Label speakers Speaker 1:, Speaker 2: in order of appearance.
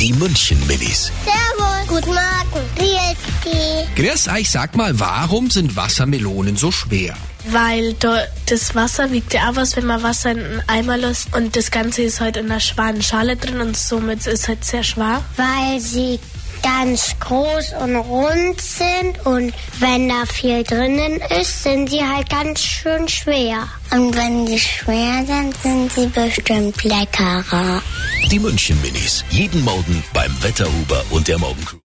Speaker 1: Die München-Minis.
Speaker 2: Servus. Guten Morgen. Grüß dich.
Speaker 1: Grüß euch, sag mal, warum sind Wassermelonen so schwer?
Speaker 3: Weil da- das Wasser wiegt ja auch was, wenn man Wasser in einen Eimer lässt. Und das Ganze ist halt in einer schweren Schale drin und somit ist halt sehr schwer.
Speaker 2: Weil sie ganz groß und rund sind und wenn da viel drinnen ist, sind sie halt ganz schön schwer. Und wenn sie schwer sind, sind sie bestimmt leckerer.
Speaker 1: Die München-Minis. Jeden Morgen beim Wetterhuber und der Morgencrew.